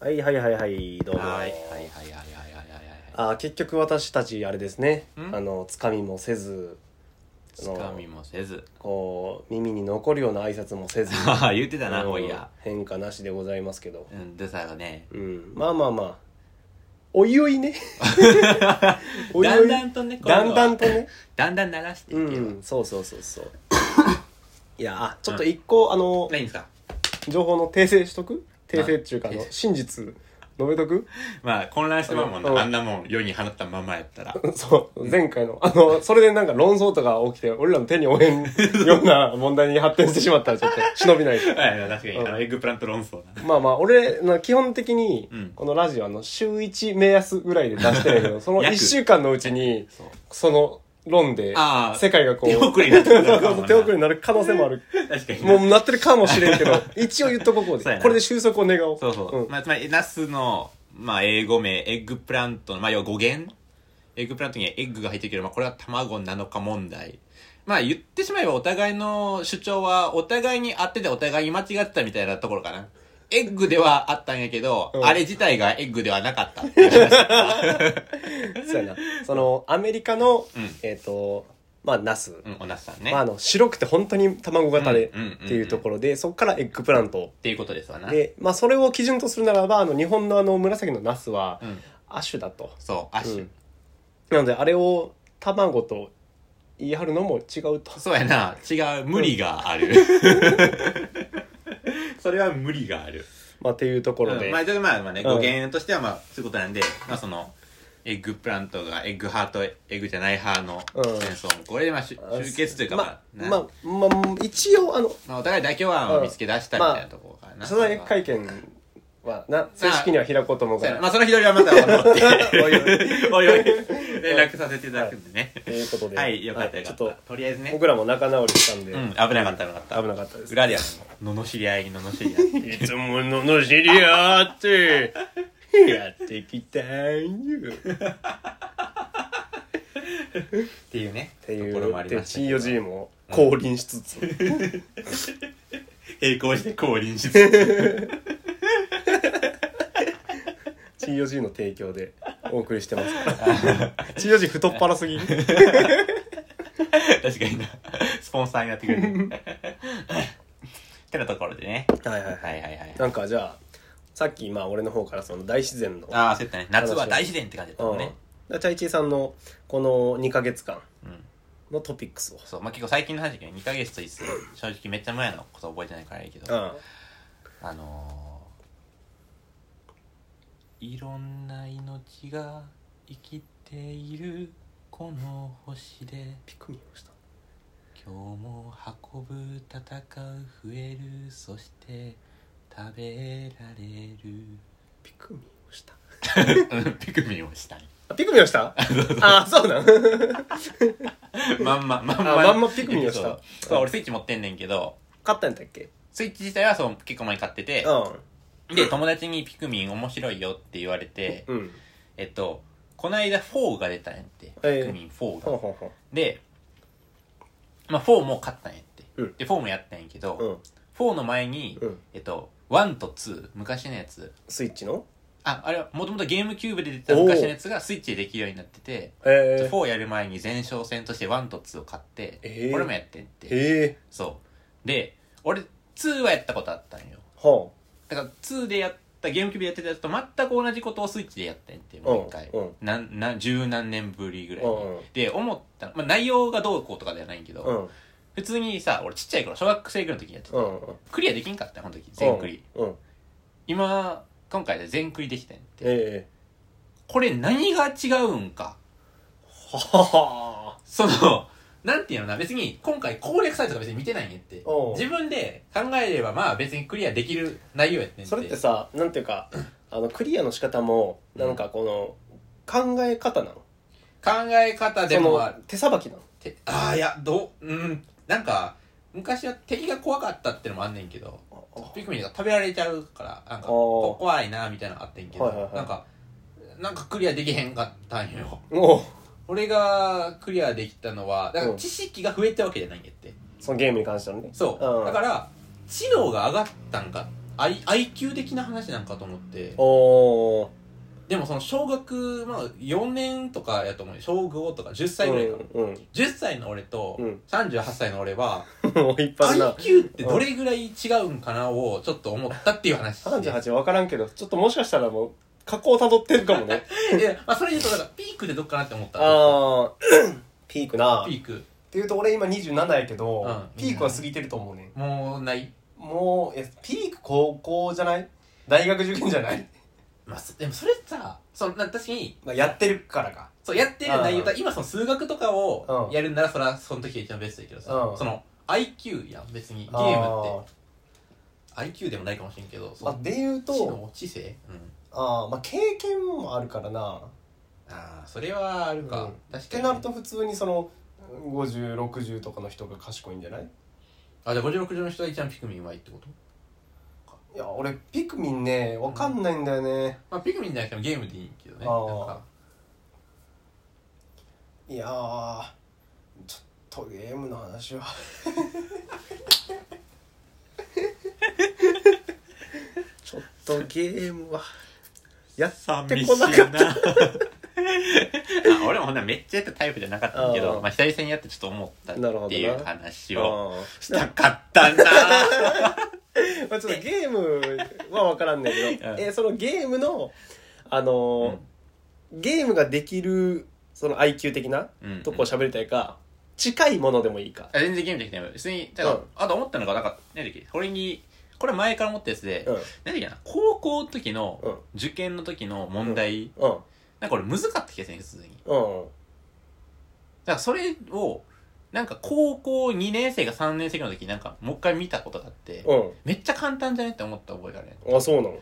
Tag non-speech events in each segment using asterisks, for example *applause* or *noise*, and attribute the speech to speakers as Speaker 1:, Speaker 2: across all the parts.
Speaker 1: はいはいはいはい、どうも。
Speaker 2: はいはいはいはいはいはい
Speaker 1: あー結局私たち、あれですね。
Speaker 2: ん
Speaker 1: あの、つかみもせず、あ
Speaker 2: は
Speaker 1: の
Speaker 2: いつかみもせず *laughs*
Speaker 1: こう、耳に残るような挨拶もせず、
Speaker 2: ああ言ってたな
Speaker 1: あの
Speaker 2: ほいや
Speaker 1: 変化なしでございますけど。
Speaker 2: うんでさね
Speaker 1: うん。まあまあまあ。おいおいね。おい
Speaker 2: *laughs* だ
Speaker 1: お
Speaker 2: ん
Speaker 1: い
Speaker 2: だんとね
Speaker 1: *laughs* だんだん
Speaker 2: と
Speaker 1: とね。
Speaker 2: だんだん鳴らして
Speaker 1: う
Speaker 2: いけば
Speaker 1: ん、そうそうそう
Speaker 2: *laughs*
Speaker 1: そう。いや、あ、ちょっと一個、あの、
Speaker 2: 何ですか
Speaker 1: 情報の訂正しとく訂正っていうか、あ
Speaker 2: 訂
Speaker 1: の、
Speaker 2: 正
Speaker 1: 真実述べとく
Speaker 2: まあ混乱してまうもん
Speaker 1: うん
Speaker 2: なあんなもん世に放ったままやったら
Speaker 1: *laughs* そう、前回の、あの、それでなんか論争とか起きて、俺らの手に負えんような問題に発展してしまったら、ちょっと忍
Speaker 2: *laughs*
Speaker 1: びない。
Speaker 2: はいはい *laughs* 確かにあのエッグプラント論争な *laughs*
Speaker 1: まあまあ、俺、な基本的に
Speaker 2: うん、
Speaker 1: このラジオ、あの、週1目安ぐらいで出してる
Speaker 2: *laughs*
Speaker 1: けど、その
Speaker 2: 約
Speaker 1: 1週間のうちに、
Speaker 2: そう
Speaker 1: その論で
Speaker 2: あ、ー
Speaker 1: 世界がこう、
Speaker 2: 手遅れになってるかもな
Speaker 1: そう *laughs* そう手遅れになる可能性もある。
Speaker 2: *laughs* 確かに
Speaker 1: もうなってるかもしれんけど、一応言っとこうこう
Speaker 2: そう
Speaker 1: で。
Speaker 2: やな
Speaker 1: これで収束を願おう。
Speaker 2: そうそう、
Speaker 1: ん
Speaker 2: まあ、つまりナスの、まあ、英語名エッグプラントの、まあ、要は語源エッグプラントにはエッグが入ってるけど、まあ、これは卵なのか問題まあ言ってしまえばお互いの主張はお互いに合っててお互いに間違ってたみたいなところかなエッグではあったんやけど、
Speaker 1: うん
Speaker 2: あれ自体がエッグではなかったっていう話
Speaker 1: そうやな。その、アメリカの
Speaker 2: うん、
Speaker 1: えっと、まあ、ナス。
Speaker 2: うんおナスさんね、
Speaker 1: まあ、あの白くて本当に卵型で
Speaker 2: うんうんうんうん
Speaker 1: っていうところでそこからエッグプラント
Speaker 2: っていうことですわな
Speaker 1: で、まあ、それを基準とするならばあの日本のあの紫のナスは
Speaker 2: うん
Speaker 1: 亜種だと、
Speaker 2: そう足、
Speaker 1: うんなのであれを卵と言い張るのも違うと *laughs*
Speaker 2: そうやな違う無理がある、それは無理がある
Speaker 1: まあ、っていうところで、
Speaker 2: うんまあ、ちょっとまあまあね、
Speaker 1: うん
Speaker 2: 語源としてはまあ、そういうことなんで、まあその、エッグプラントがエッグ派とエッグじゃない派の
Speaker 1: うん
Speaker 2: 戦争も、これでまあ集集結というか、まあ、な
Speaker 1: まあ、まあ、まあ一応あの
Speaker 2: まあお互い妥協案を
Speaker 1: うん
Speaker 2: 見つけ出したみたいなところかな。
Speaker 1: 謝罪会見はな正式には開こうと思う
Speaker 2: そう
Speaker 1: か
Speaker 2: や
Speaker 1: ら
Speaker 2: なまあその左はまた戻って、
Speaker 1: おいおい *laughs*
Speaker 2: おいおい、連絡させていただくんでね。
Speaker 1: ということで、
Speaker 2: はい、よかったよ
Speaker 1: ち
Speaker 2: か
Speaker 1: ょっ
Speaker 2: った。
Speaker 1: と
Speaker 2: とりあえずね、
Speaker 1: 僕らも仲直りしたんで、
Speaker 2: うん、危なかった危なかった。
Speaker 1: 危なかったです
Speaker 2: 裏ではもう、罵り合いに罵り合い。
Speaker 1: いつものの知り合 *laughs* って、やってきたんよ。っ
Speaker 2: っていうね、
Speaker 1: てい
Speaker 2: ところもあ
Speaker 1: う、
Speaker 2: り
Speaker 1: で、
Speaker 2: ました
Speaker 1: G4G も降臨しつつ、
Speaker 2: 並行して降臨しつつ
Speaker 1: G4G の提供でお送りしてます *laughs* から。G4G 太っ腹す *laughs* ぎ。
Speaker 2: 確かにな。スポンサーになってくれる。ってなところでね。
Speaker 1: はいはいは
Speaker 2: はい
Speaker 1: い。
Speaker 2: はいはい。
Speaker 1: なんかじゃあ、さっきまあ俺の方からその大自然の、
Speaker 2: ああ、そうやったね。夏は大自然って感じだったもんね。
Speaker 1: うん。チャイチーさんのこの2ヶ月間
Speaker 2: うん。
Speaker 1: のトピックスを。
Speaker 2: そう、まあ、結構最近の話だけど、2ヶ月といつ、正直めっちゃ前のこと覚えてないからいいけ
Speaker 1: う
Speaker 2: ど、
Speaker 1: ん。
Speaker 2: あのー、いろんな命が生きているこの星で、
Speaker 1: ピクミンをした。
Speaker 2: 今日も運ぶ戦う増えるそして食べられる
Speaker 1: ピクミンをした。
Speaker 2: *laughs* ピクミンをしたい
Speaker 1: あ、ピクミンをしたあ、 *laughs* そうなん *laughs*
Speaker 2: まんままんま
Speaker 1: あまんまピクミンをした
Speaker 2: そうそう俺スイッチ持ってんねんけど
Speaker 1: 勝ったんだっけ
Speaker 2: スイッチ自体はそう結構前に買ってて
Speaker 1: う
Speaker 2: で友達にピクミン面白いよって言われて
Speaker 1: ん。うん。
Speaker 2: えっとこの間4が出たんやってピ
Speaker 1: ええ
Speaker 2: クミン4
Speaker 1: ほう
Speaker 2: が
Speaker 1: ほうほう。
Speaker 2: でまあ4も買ったんやって
Speaker 1: うん
Speaker 2: で4もやったんやけ
Speaker 1: う
Speaker 2: ど
Speaker 1: ん
Speaker 2: 4の前に
Speaker 1: うん
Speaker 2: えっと1と2昔のやつ
Speaker 1: スイッチの
Speaker 2: ああれはもともとゲームキューブで出た昔のやつがスイッチでできるようになってて
Speaker 1: えー、
Speaker 2: 4やる前に前哨戦として1と2を買って
Speaker 1: ええ
Speaker 2: これもやってんって
Speaker 1: へえ
Speaker 2: そうで俺2はやったことあったんよ
Speaker 1: は
Speaker 2: だから2でやったゲームキューブでやってたやつと全く同じことをスイッチでやってんって
Speaker 1: ん
Speaker 2: もう一回
Speaker 1: うん
Speaker 2: なんなん十何年ぶりぐらいに
Speaker 1: うんうん
Speaker 2: で思った、まあ、内容がどうこうとかではないけど、
Speaker 1: あうん
Speaker 2: 普通にさ俺ちっちゃい頃小学生ぐらいの時にやってて、
Speaker 1: うん
Speaker 2: クリアできんかったよこの時全クリ、
Speaker 1: うん
Speaker 2: 今今回で全クリできたんって、
Speaker 1: ええ
Speaker 2: これ何が違うんか
Speaker 1: はは
Speaker 2: その、なんていうのかな、別に今回攻略サイトが別に見てないんやって
Speaker 1: おう。
Speaker 2: 自分で考えればまあ別にクリアできる内容やってん
Speaker 1: それってさなんていうかあのクリアの仕方もなんかこの考え方なの
Speaker 2: 考え方で
Speaker 1: そ
Speaker 2: も
Speaker 1: の
Speaker 2: あ
Speaker 1: 手さばきなの
Speaker 2: て、ああ、いや、どう、うん、なんか、昔は敵が怖かったってのもあんねんけど、ピクミンが食べられちゃうから、なんか、
Speaker 1: おう
Speaker 2: こ怖いな、みたいなのあってんけど、
Speaker 1: はいはいはい
Speaker 2: なんか、なんかクリアできへんかったんよ。
Speaker 1: おう
Speaker 2: 俺がクリアできたのは、だから知識が増えたわけじゃないんやって。
Speaker 1: そのゲームに関してはね
Speaker 2: そう、
Speaker 1: うん
Speaker 2: だから知能が上がったんか上 I IQ 的な話なんかと思って
Speaker 1: おー
Speaker 2: でもその小学、まあ、4年とかやと思うよ小5とか10歳ぐらいかな、
Speaker 1: うんうん
Speaker 2: 10歳の俺と
Speaker 1: うん
Speaker 2: 38歳の俺は、
Speaker 1: もう一般な
Speaker 2: IQ ってどれぐらい違うんかなをちょっと思ったっていう話で
Speaker 1: 38は分からんけどちょっともしかしたらもう過去をたどってるかもね
Speaker 2: いやまあ、それ言うとだからピークでどっかなって思った
Speaker 1: あーピークな
Speaker 2: ピーク
Speaker 1: っていうと俺今27やけど、
Speaker 2: うん
Speaker 1: ピークは過ぎてると思うね
Speaker 2: もうない、
Speaker 1: もうえピーク高校じゃない大学受験じゃない、
Speaker 2: まあ、そでもそれさそのな確かに
Speaker 1: *laughs* まあ、やってるからか
Speaker 2: そうやってる内容
Speaker 1: う
Speaker 2: と今その数学とかを
Speaker 1: うん
Speaker 2: やるんならそれはその時が一番ベストだけどさ、
Speaker 1: うん
Speaker 2: その IQ やん別にゲームってて IQ でもないかもしれんけどそ
Speaker 1: ま
Speaker 2: の
Speaker 1: あ、で言う
Speaker 2: 知
Speaker 1: と
Speaker 2: 能知性、うん、
Speaker 1: あー、まあ、経験もあるからな
Speaker 2: ああそれはあるか、
Speaker 1: うんっ
Speaker 2: 確か
Speaker 1: て
Speaker 2: に
Speaker 1: なると普通にその5060とかの人が賢いんじゃない
Speaker 2: あじゃあ56条の人が一番ピクミンうまいってこと、
Speaker 1: いや俺ピクミンねわかんないんだよね、
Speaker 2: まあ、ピクミンじゃなくてもゲームでいいけどね
Speaker 1: あー
Speaker 2: なんか
Speaker 1: いやーちょっとゲームの話 *laughs* はちょっとゲームはやってこなかった
Speaker 2: た *laughs* 俺もほんならめっちゃやったタイプじゃなかったけ
Speaker 1: あ
Speaker 2: ど
Speaker 1: ー
Speaker 2: まあ、久々にやってちょっと思った
Speaker 1: なるほどな
Speaker 2: っていう話を
Speaker 1: あ
Speaker 2: したかったな
Speaker 1: *laughs* ーまあちょっとゲームは分からんねんけど、
Speaker 2: *laughs* うん
Speaker 1: えーそのゲームのあのーゲームができるその IQ 的な
Speaker 2: うん
Speaker 1: とこを喋りたいか、近いものでもいいか
Speaker 2: あ全然ゲームできてない別にだから、
Speaker 1: うん
Speaker 2: あと思ったのがなんか何だっけこれにこれ前から思ったやつで、
Speaker 1: うん
Speaker 2: 何だっけな高校の時の、
Speaker 1: うん
Speaker 2: 受験の時の問題、
Speaker 1: うん
Speaker 2: なんか俺難かった気がするんです普通に
Speaker 1: うん
Speaker 2: だからそれをなんか高校2年生か3年生の時になんかもう一回見たことがあって、
Speaker 1: う
Speaker 2: めっちゃ簡単じゃねって思った覚えがあるね
Speaker 1: んあそうなの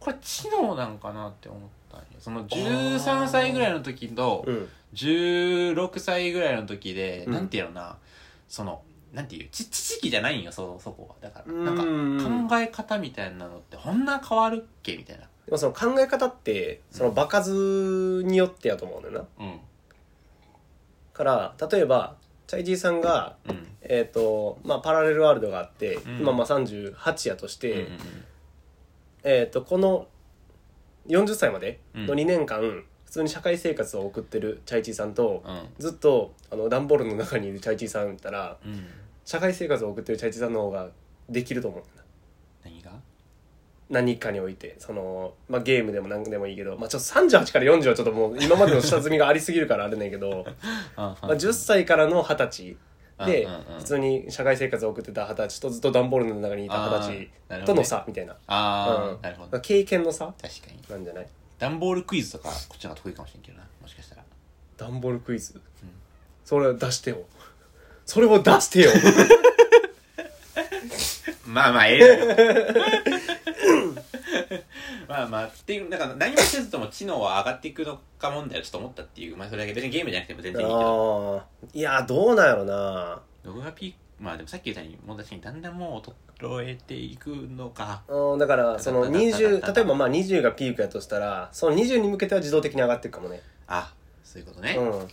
Speaker 2: これ知能なんかなって思ったんよその13歳ぐらいの時と
Speaker 1: うん
Speaker 2: 16歳ぐらいの時で、
Speaker 1: うん
Speaker 2: なんていうのなそのなんていう知知識じゃないんよそそこはだから
Speaker 1: な
Speaker 2: なんん
Speaker 1: か
Speaker 2: か
Speaker 1: 考
Speaker 2: 考え方みたいなのってこんな変わるっけみたいな
Speaker 1: えでもその考え方ってその場数によってやと思うんだよな
Speaker 2: うん
Speaker 1: から例えばチャイジーさんが
Speaker 2: うん
Speaker 1: えっ、とまあパラレルワールドがあって、
Speaker 2: ん
Speaker 1: 今まあ38やとして、
Speaker 2: うんうん
Speaker 1: えっ、とこの40歳までの
Speaker 2: うん
Speaker 1: 2年間、普通に社会生活を送ってるチャイジーさんと、
Speaker 2: うん
Speaker 1: ずっとあの段ボールの中にいるチャイジーさん見たら
Speaker 2: うん
Speaker 1: 社会生活を送ってるチャイジーさんの方ができると思うんだよな
Speaker 2: 何が
Speaker 1: 何かにおいてその、まあ、ゲームでも何でもいいけど、まあ、ちょっと38から40はちょっともう今までの下積みがありすぎるからあれねんけ
Speaker 2: *laughs*
Speaker 1: ど、
Speaker 2: あ
Speaker 1: まあ、10歳からの二十歳で
Speaker 2: うんうんうん
Speaker 1: 普通に社会生活を送ってた二十歳とずっと段ボールの中にいた
Speaker 2: あ
Speaker 1: 二十
Speaker 2: ーなる
Speaker 1: 歳
Speaker 2: ほどね
Speaker 1: との差みたいな
Speaker 2: あ
Speaker 1: うん
Speaker 2: あなるほど
Speaker 1: まあ経験の差
Speaker 2: 確かに
Speaker 1: なんじゃない
Speaker 2: 段ボールクイズとかこっちの方が得意かもしれんけどなもしかしたら
Speaker 1: 段ボールクイズ、それを出してよそれを出してよ
Speaker 2: *laughs* まあまあええだよ *laughs* まあまあっていうなんか何もせずとも知能は上がっていくのか問題をちょっと思ったっていうまあそれだけ別にゲームじゃなくても全然いいけど
Speaker 1: *laughs* あーいやーどうなんやろな
Speaker 2: 僕がピークまあでもさっき言ったようにもう確かにだんだんもう衰えていくのか
Speaker 1: うんだからその20例えばまあ20がピークやとしたらその20に向けては自動的に上がっていくかもね
Speaker 2: あそういうことね、
Speaker 1: うん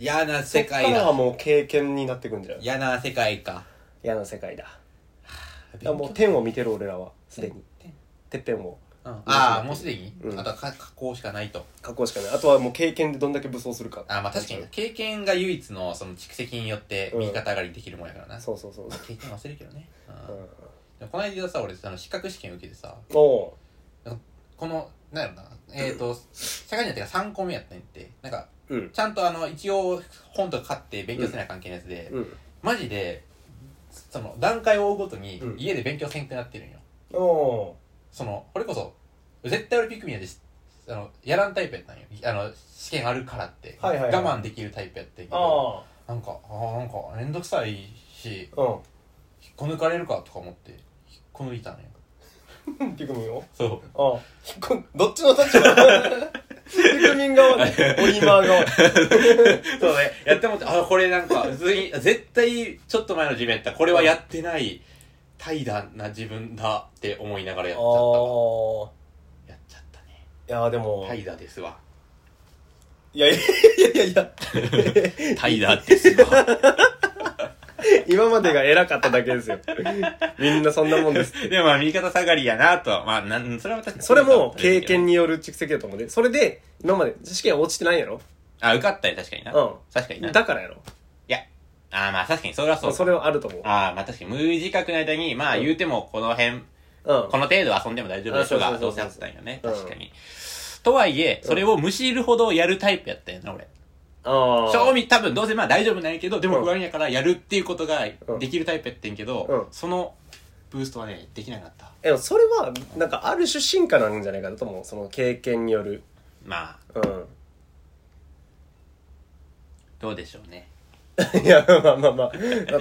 Speaker 2: 嫌な
Speaker 1: そ
Speaker 2: 世
Speaker 1: っか
Speaker 2: 界
Speaker 1: らは
Speaker 2: だ
Speaker 1: もう経験になってくんじゃん
Speaker 2: 嫌な世界か
Speaker 1: 嫌な世界だだからもう天を見てる俺らはすでにてっぺんを
Speaker 2: うんああもうすでに、
Speaker 1: うん
Speaker 2: あとはか加工しかないと
Speaker 1: 確保しかないあとはもう経験でどんだけ武装するか
Speaker 2: あーまあ確かに経験が唯一のその蓄積によって右肩上がりできるもんやからな、
Speaker 1: そうそうそう、
Speaker 2: 経験忘れるけどね、
Speaker 1: う
Speaker 2: うん
Speaker 1: ん、
Speaker 2: でもこの間さ俺あの資格試験受けてさ
Speaker 1: お
Speaker 2: このなんやろなえっ、と社会人やってから3個目やったんやってなんか
Speaker 1: ううん
Speaker 2: ちゃんとあの一応本とか買って勉強せな関係のやつで、
Speaker 1: うん
Speaker 2: マジでその段階を追うごとに
Speaker 1: うん
Speaker 2: 家で勉強せんくなってるんよ、
Speaker 1: おお
Speaker 2: そのこれこそ絶対俺ピクミンやでしあのやらんタイプやったんよあの試験あるからって、
Speaker 1: はいはいはい
Speaker 2: 我慢できるタイプやってんけど
Speaker 1: あ
Speaker 2: なんかあーなんか面倒くさいし
Speaker 1: あう
Speaker 2: 引っこ抜かれるかとか思って引っこ抜いたのよ
Speaker 1: んピクミンを
Speaker 2: そう
Speaker 1: ああひっこ *laughs* どっちの立 *laughs* 場ピクミン側ねオリマー側
Speaker 2: そうね、やってもって、あ、これなんか、普通に、絶対、ちょっと前の自分やったら、これはやってない、怠惰な自分だって思いながらやっちゃったわ。
Speaker 1: ああ
Speaker 2: やっちゃったね。
Speaker 1: いやーでも、い、
Speaker 2: 怠惰ですわ。
Speaker 1: やいやいやいやいや
Speaker 2: 怠惰ですわ。
Speaker 1: 今までが偉かっただけですよ。みんなそんなもんです。
Speaker 2: *laughs* でもまあ右肩下がりやなとはまあなんそれは確かに
Speaker 1: それも経験
Speaker 2: に
Speaker 1: による蓄積だと思うで。それで、今まで試験は落ちてないんやろ
Speaker 2: あ受かったり確かにな、
Speaker 1: うん
Speaker 2: 確かにない
Speaker 1: だからやろ。
Speaker 2: やあーまあ確かにそれはそう
Speaker 1: それはあると思う。
Speaker 2: ああまあ確かに無自覚の間にまあ
Speaker 1: うん
Speaker 2: 言うてもこの辺
Speaker 1: うん。
Speaker 2: この程度遊んでも大丈夫でしょう
Speaker 1: あそ
Speaker 2: が
Speaker 1: うそ
Speaker 2: ど
Speaker 1: う
Speaker 2: う
Speaker 1: そ
Speaker 2: せ
Speaker 1: う
Speaker 2: や
Speaker 1: そう
Speaker 2: ってたんよね
Speaker 1: うん
Speaker 2: 確かにとはいえそれをむしるほどやるタイプやったよな俺
Speaker 1: ああ。
Speaker 2: 正味多分どうせまあ大丈夫ないけどで
Speaker 1: う
Speaker 2: も
Speaker 1: ん
Speaker 2: 不安やからやるっていうことが
Speaker 1: うん
Speaker 2: できるタイプやってんけど、
Speaker 1: うん
Speaker 2: そのブーストはねできなかった
Speaker 1: でもそれは、なんかある種進化なんじゃないかなと思う。その経験による。
Speaker 2: ま
Speaker 1: う
Speaker 2: あ
Speaker 1: ん。
Speaker 2: どうでしょうね
Speaker 1: いや、まあまあまあ、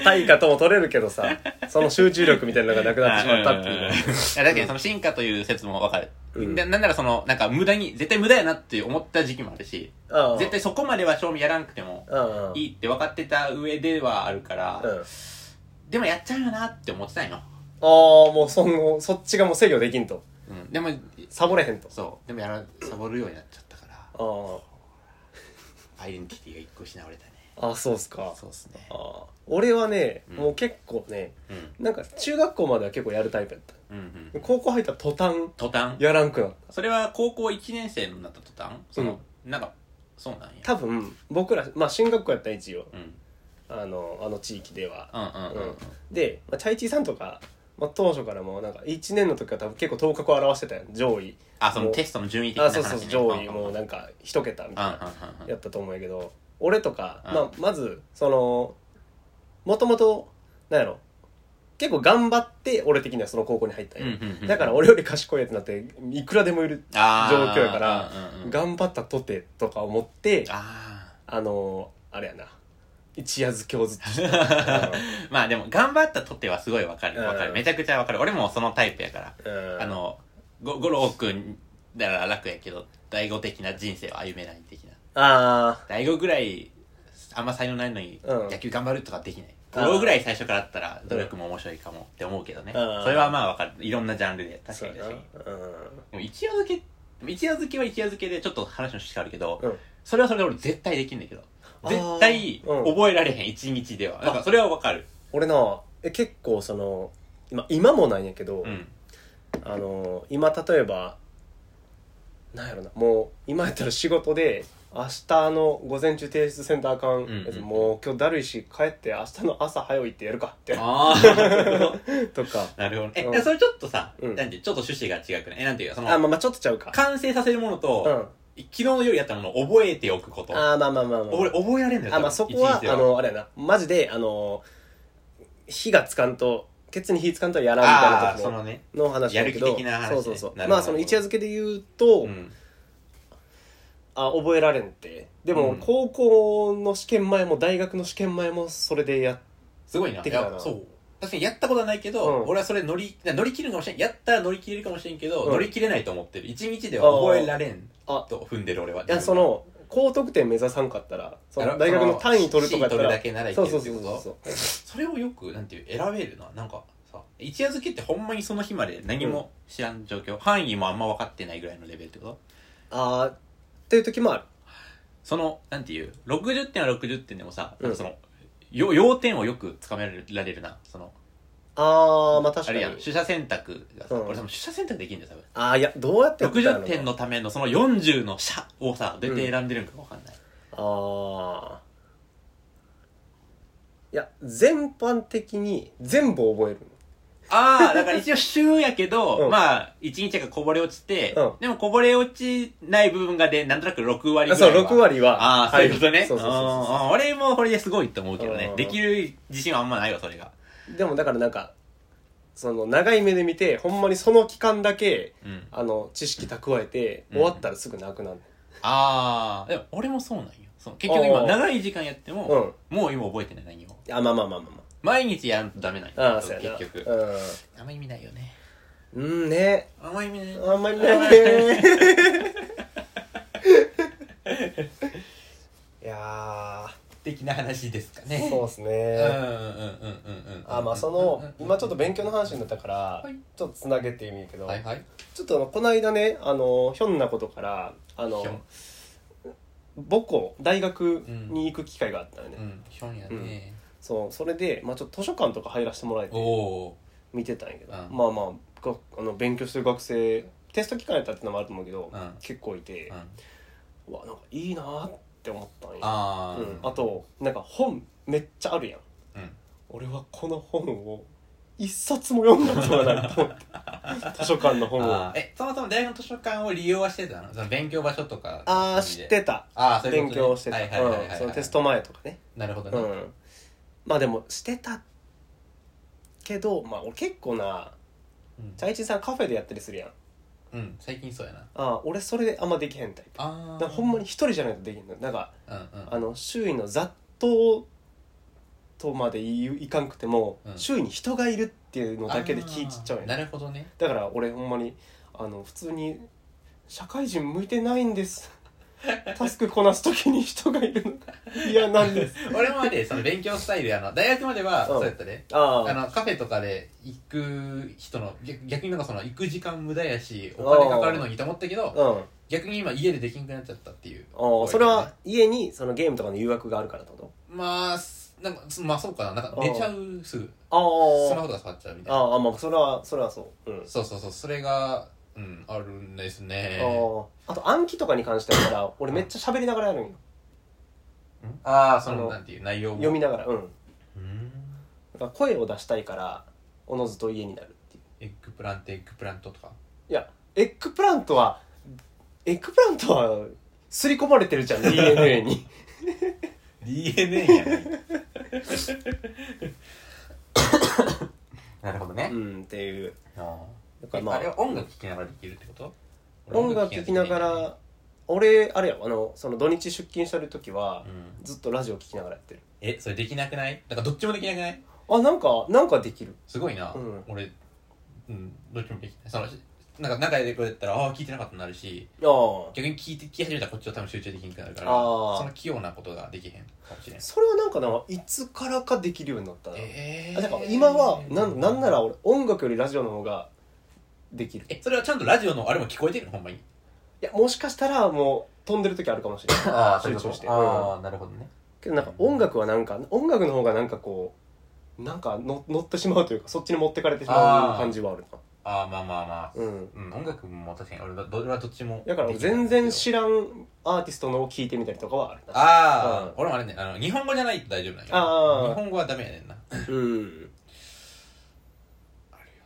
Speaker 1: 対価とも取れるけどさ、その集中力みたいなのがなくなってしまったってい
Speaker 2: んんん
Speaker 1: う
Speaker 2: い。や確かにその進化という説もわかる、
Speaker 1: うん
Speaker 2: ななんならそのなんか無駄に絶対無駄やなって思った時期もあるし
Speaker 1: ああ
Speaker 2: 絶対そこまでは正味やらなくても
Speaker 1: うんうん。
Speaker 2: いいって分かってた上ではあるから、
Speaker 1: うん。あ
Speaker 2: でもやっちゃうよなって思ってたんよ、
Speaker 1: あ、もうその、そっちがもう制御できんと。
Speaker 2: うん、でも
Speaker 1: サボれへんと。
Speaker 2: そうでもやらサボるようになっちゃったから
Speaker 1: あ
Speaker 2: アイデンティティが一個失われたね
Speaker 1: あ。あそうっすか。
Speaker 2: うっすね
Speaker 1: ああ俺はね、
Speaker 2: うん
Speaker 1: もう結構ね、
Speaker 2: うん
Speaker 1: なんか中学校までは結構やるタイプやっ
Speaker 2: うんう
Speaker 1: た。
Speaker 2: ん
Speaker 1: 高校入ったら途端、
Speaker 2: 途端
Speaker 1: やらんくなった。
Speaker 2: それは高校1年生になった途端その、なんかそうなんや
Speaker 1: 多分、僕ら、まあ進学校やった一応、
Speaker 2: うん
Speaker 1: あの、あの地域では。
Speaker 2: うんうんうん、
Speaker 1: で、まあ、チャイチーさんとか、まあ、当初からもうなんか1年の時から多分結構頭角を表してたやん上位
Speaker 2: あそ
Speaker 1: も
Speaker 2: の
Speaker 1: う
Speaker 2: テストの順位的な
Speaker 1: あ
Speaker 2: 話、ね、
Speaker 1: そうそう上位もう
Speaker 2: ね
Speaker 1: なんか一桁みたいな
Speaker 2: うんうんうん
Speaker 1: やったと思うんやけど俺とか、
Speaker 2: うん
Speaker 1: まあ、まずそのもともとなんやろ結構頑張って俺的にはその高校に入ったんや、
Speaker 2: うんうんうん
Speaker 1: だから俺より賢いやつなんていくらでもいる
Speaker 2: あー
Speaker 1: 状況やから
Speaker 2: うんうんうん
Speaker 1: 頑張ったとてとか思ってあ
Speaker 2: あ
Speaker 1: のあれやな一夜漬けをずっとして
Speaker 2: *laughs* あまあでも頑張ったとてはすごいわかるわか
Speaker 1: う
Speaker 2: る
Speaker 1: ん
Speaker 2: めちゃくちゃわかる俺もそのタイプやから
Speaker 1: た、うん
Speaker 2: あのご五郎君なら楽やけど第五的な人生は歩めない的な
Speaker 1: あ
Speaker 2: 第五ぐらいあんま才能ないのに
Speaker 1: うん
Speaker 2: 野球頑張るとかできない
Speaker 1: あ
Speaker 2: 五
Speaker 1: ー
Speaker 2: 郎ぐらい最初からあったら努力も面白いかもって思うけどね
Speaker 1: うん
Speaker 2: それはまあわかるいろんなジャンルで
Speaker 1: あ
Speaker 2: 確かに
Speaker 1: や
Speaker 2: 確かに
Speaker 1: なうん
Speaker 2: でも一夜漬け一夜漬けは一夜漬けでちょっと話の趣旨あるけど、
Speaker 1: うん
Speaker 2: それはそれで俺絶対できんだけど
Speaker 1: あー
Speaker 2: 絶対
Speaker 1: うん
Speaker 2: 覚えられへん一、日ではなんかそれはわかる
Speaker 1: 俺なえ結構その今今もなんやけど、
Speaker 2: うん
Speaker 1: あの今例えばなんやろなもう今やったら仕事で明日の午前中提出せんとあかん、
Speaker 2: んうん
Speaker 1: もう今日だるいし帰って明日の朝早いってやるかって
Speaker 2: ああ
Speaker 1: *laughs* とか
Speaker 2: *laughs* なるほどえ、
Speaker 1: うん
Speaker 2: それちょっとさ、
Speaker 1: うん
Speaker 2: なんてちょっと趣旨が違くないえなんていうかそ
Speaker 1: あ
Speaker 2: の
Speaker 1: まあまあちょっとちゃうか
Speaker 2: 完成させるもの
Speaker 1: う
Speaker 2: と、
Speaker 1: んあ
Speaker 2: 昨日の夜やったものを覚えておくこと
Speaker 1: ーまあまあまあまあ
Speaker 2: 俺覚えられんのよ
Speaker 1: あまあそこは
Speaker 2: 一日で
Speaker 1: あのあれやなマジであの火がつかんとケツに火つかんとやらんみたいな
Speaker 2: ああ
Speaker 1: 時の
Speaker 2: ーそのね
Speaker 1: の話だけど
Speaker 2: やる気的な話ね
Speaker 1: そうそうそう
Speaker 2: なるほど
Speaker 1: まあその一夜漬けで言うと、
Speaker 2: うん
Speaker 1: あ覚えられんってでも、
Speaker 2: うん
Speaker 1: 高校の試験前も大学の試験前もそれでやっ
Speaker 2: すごいな
Speaker 1: できたない
Speaker 2: やそう確かにやったことはないけど、
Speaker 1: うん
Speaker 2: 俺はそれ乗り乗り切るかもしれんやったら乗り切れるかもしれんけど、
Speaker 1: うん
Speaker 2: 乗り切れないと思ってる一日では覚えられん
Speaker 1: あ
Speaker 2: と踏んでる俺はい
Speaker 1: やその高得点目指さんかったらそ
Speaker 2: な
Speaker 1: の
Speaker 2: る
Speaker 1: 大学の単位取るとかやった
Speaker 2: その
Speaker 1: ら
Speaker 2: シー取るだけならいけ
Speaker 1: そ
Speaker 2: る
Speaker 1: う
Speaker 2: って
Speaker 1: そ
Speaker 2: こ
Speaker 1: う
Speaker 2: と
Speaker 1: そうそう
Speaker 2: それをよくなんていう選べるななんかさ一夜漬けってほんまにその日まで何も知らん状況、範囲もあんま分かってないぐらいのレベルってこと
Speaker 1: あーっていう時もある
Speaker 2: そのなんていう60点は60点でもさ、
Speaker 1: うん
Speaker 2: なんかそのよ要点をよくつかめられるなその
Speaker 1: あーまあ確
Speaker 2: あ
Speaker 1: か
Speaker 2: れ
Speaker 1: に
Speaker 2: やん取捨選択がさ、
Speaker 1: うん
Speaker 2: 俺多分取捨選択できるんだよ多分
Speaker 1: あーいやどうやってやってた
Speaker 2: 60点のためのその40の社をさ、出て選んでるんかわかんない。
Speaker 1: ああいや全般的に全部覚える
Speaker 2: ああ、だから一応週やけど、
Speaker 1: うん
Speaker 2: まあ、1日がこぼれ落ちて、
Speaker 1: うん
Speaker 2: でもこぼれ落ちない部分がで、なんとなく6割ぐらい
Speaker 1: あ
Speaker 2: は。
Speaker 1: そう6割は
Speaker 2: ああ、そういうことね。
Speaker 1: そうそうそうそう
Speaker 2: うんうん俺もこれですごいと思うけど
Speaker 1: う
Speaker 2: ね
Speaker 1: ん。
Speaker 2: できる自信はあんまないわ、それが。
Speaker 1: でもだからなんかその長い目で見てほんまにその期間だけ
Speaker 2: うん。
Speaker 1: あの知識蓄えて、
Speaker 2: うん
Speaker 1: 終わったらすぐなくなる
Speaker 2: ああ、でも俺もそうなんよ。その結局今、
Speaker 1: おー
Speaker 2: 長い時間やっても、
Speaker 1: うん
Speaker 2: もう今覚えてない何も。
Speaker 1: あまあまあまあまあ
Speaker 2: 毎日やらんとダメなんよ
Speaker 1: まあああそうや
Speaker 2: 結
Speaker 1: な
Speaker 2: 局。あんま意味ないよね。
Speaker 1: うん、うん、ね
Speaker 2: あんま意味ない。
Speaker 1: あんまり
Speaker 2: *laughs*
Speaker 1: ないねいや
Speaker 2: 的な話ですかね
Speaker 1: ー。そうです
Speaker 2: うんうんうんうん
Speaker 1: ね
Speaker 2: うんうん
Speaker 1: あまあその今ちょっと勉強の話になったから
Speaker 2: はい
Speaker 1: ちょっとつなげて意味やけど、
Speaker 2: はいはい
Speaker 1: ちょっとあのこの間ねあのひょんなことからあ
Speaker 2: ひょ
Speaker 1: の
Speaker 2: ん
Speaker 1: 母校大学に行く機会があったよね、
Speaker 2: うんひょんやね
Speaker 1: そうそれで、まあ、ちょっと図書館とか入らせてもらえ
Speaker 2: お
Speaker 1: て
Speaker 2: お
Speaker 1: 見てたんやけど、
Speaker 2: うん
Speaker 1: まあまあがあの勉強してる学生テスト期間やったってのもあると思うけど、
Speaker 2: うん
Speaker 1: 結構いて
Speaker 2: ー、う、ん、
Speaker 1: うわなんかいいなーって思ったんや
Speaker 2: あ
Speaker 1: う
Speaker 2: ー、
Speaker 1: ん、あとなんか本めっちゃあるやん
Speaker 2: うん
Speaker 1: 俺はこの本を一冊も読んだことがないと思って図書館の本を
Speaker 2: あーえそもそも大学の図書館を利用はしてたのその勉強場所とか
Speaker 1: ああ知ってた
Speaker 2: ああそういう
Speaker 1: 勉
Speaker 2: ことね
Speaker 1: 強してた
Speaker 2: はいはいはいはい、
Speaker 1: うんそのテスト前とかね
Speaker 2: なるほどね、
Speaker 1: うんまあでもしてたけどまあ俺結構な
Speaker 2: うん
Speaker 1: チャイチンさんカフェでやったりするやんあ
Speaker 2: うん最近そうやな
Speaker 1: あ俺それであんまできへんタイプ
Speaker 2: あ
Speaker 1: だ
Speaker 2: あ
Speaker 1: からほんまに一人じゃないとできんのなんか
Speaker 2: うんうん
Speaker 1: あの周囲の雑踏とまで言ういかんくても、
Speaker 2: うん
Speaker 1: 周囲に人がいるっていうのだけで気ちっちゃう
Speaker 2: あ
Speaker 1: や
Speaker 2: ー
Speaker 1: ん
Speaker 2: なるほどね
Speaker 1: だから俺ほんまにあの普通に社会人向いてないんです *laughs* タスクこなす時に人がいるのが嫌なんです
Speaker 2: 俺もあれその勉強スタイルあの大学までは
Speaker 1: うん
Speaker 2: そうやったね、
Speaker 1: あ
Speaker 2: *laughs* あ
Speaker 1: あ
Speaker 2: のカフェとかで行く人の逆逆になんかその行く時間無駄やしお金かかるのにと思ったけど
Speaker 1: うん
Speaker 2: 逆に今家でできなくなっちゃったっていう
Speaker 1: ああそれは家にそのゲームとかの誘惑があるからってこ
Speaker 2: まあすなんかすまあそうかななんか寝ちゃうすぐス
Speaker 1: と
Speaker 2: マホとか触っちゃうみたい
Speaker 1: あ
Speaker 2: な
Speaker 1: あああまあそれはそれはそううん、
Speaker 2: そうそうそうそれがうんあるんですね
Speaker 1: あああと暗記とかに関してはさ俺めっちゃ喋りながらやるんよ
Speaker 2: ああそ
Speaker 1: あの
Speaker 2: のなんていう内容も
Speaker 1: 読みながらうん
Speaker 2: うん
Speaker 1: だから声を出したいからおのずと家になるっていう
Speaker 2: エッグプラントエッグプラントとか
Speaker 1: いやエッグプラントはエッグプラントは刷り込まれてる
Speaker 2: *laughs*
Speaker 1: じゃん DNA に
Speaker 2: DNA や *laughs* ないなるほどね、
Speaker 1: うんっていう
Speaker 2: あ
Speaker 1: だか
Speaker 2: あ
Speaker 1: らま
Speaker 2: あれ
Speaker 1: あ
Speaker 2: は音楽聴きながらできるってこと
Speaker 1: 音楽聴きながら俺あれやあのその土日出勤してる時は
Speaker 2: うん
Speaker 1: ずっとラジオ聴きながらやってる
Speaker 2: えそれできなくないなんかどっちもできなくない
Speaker 1: あなんかなんかできる
Speaker 2: すごいな、
Speaker 1: うん
Speaker 2: 俺うんどっちもできないそのなんか仲良い子だったらああ聞いてなかったなるし
Speaker 1: あ
Speaker 2: 逆に聞いて聞き始めたらこっちは多分集中できなくなるから
Speaker 1: あー
Speaker 2: その器用なことができへんかもしれ
Speaker 1: あ
Speaker 2: ん
Speaker 1: それはなんかないつからかできるようになったな、
Speaker 2: え
Speaker 1: あだから今はなんなんなら俺音楽よりラジオの方ができるい
Speaker 2: えそれはちゃんとラジオのあれも聞こえてるのほんまに
Speaker 1: やもしかしたらもう飛んでる *laughs* 時あるかもしれ *laughs* ない
Speaker 2: あ
Speaker 1: 集中して
Speaker 2: ああなるほどね
Speaker 1: けどなんか音楽はなんか音楽の方がなんかこうなんかの乗ってしまうというかそっちに持ってかれてしまう感じはあるな
Speaker 2: ああまあまあまあ
Speaker 1: うん
Speaker 2: うん、音楽も確かに俺はど俺はどっちも
Speaker 1: だから全然知らんアーティストのを聞いてみたりとかはあるな
Speaker 2: ああ、
Speaker 1: うん
Speaker 2: 俺もあれねあの日本語じゃないと大丈夫なんよ
Speaker 1: あー
Speaker 2: 日本語はダメやねんな
Speaker 1: うん
Speaker 2: あるよ